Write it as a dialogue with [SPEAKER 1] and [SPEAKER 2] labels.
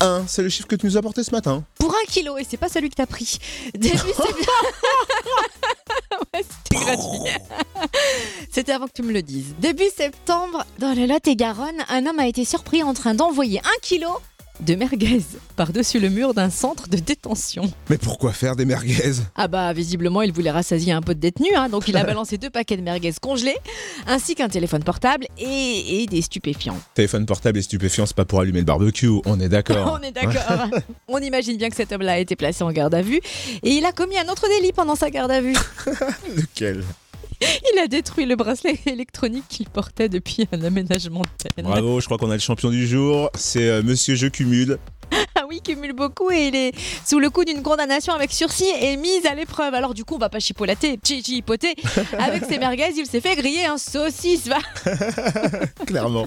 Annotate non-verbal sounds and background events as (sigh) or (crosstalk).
[SPEAKER 1] 1, c'est le chiffre que tu nous as apporté ce matin.
[SPEAKER 2] Pour un kilo, et c'est pas celui que t'as pris. (laughs) Début, c'est bien. (laughs) Ouais, c'était gratuit. C'était avant que tu me le dises. Début septembre, dans le Lot-et-Garonne, un homme a été surpris en train d'envoyer un kilo de merguez par-dessus le mur d'un centre de détention.
[SPEAKER 1] Mais pourquoi faire des merguez
[SPEAKER 2] Ah bah visiblement il voulait rassasier un peu de détenu, hein, donc il a balancé deux paquets de merguez congelés, ainsi qu'un téléphone portable et, et des stupéfiants.
[SPEAKER 1] Téléphone portable et stupéfiant, c'est pas pour allumer le barbecue, on est d'accord. (laughs)
[SPEAKER 2] (laughs) On est d'accord. hein. On imagine bien que cet homme-là a été placé en garde à vue et il a commis un autre délit pendant sa garde à vue.
[SPEAKER 1] Lequel
[SPEAKER 2] Il a détruit le bracelet (laughs) électronique qu'il portait depuis un aménagement de peine.
[SPEAKER 1] Bravo, je crois qu'on a le champion du jour, c'est euh, Monsieur Je Cumule.
[SPEAKER 2] (laughs) Ah oui, il cumule beaucoup et il est sous le coup d'une condamnation avec sursis et mise à l'épreuve. Alors du coup, on va pas chipolater, chi- chipoter. Avec ses merguez, il s'est fait griller un saucisse. va.
[SPEAKER 1] Clairement.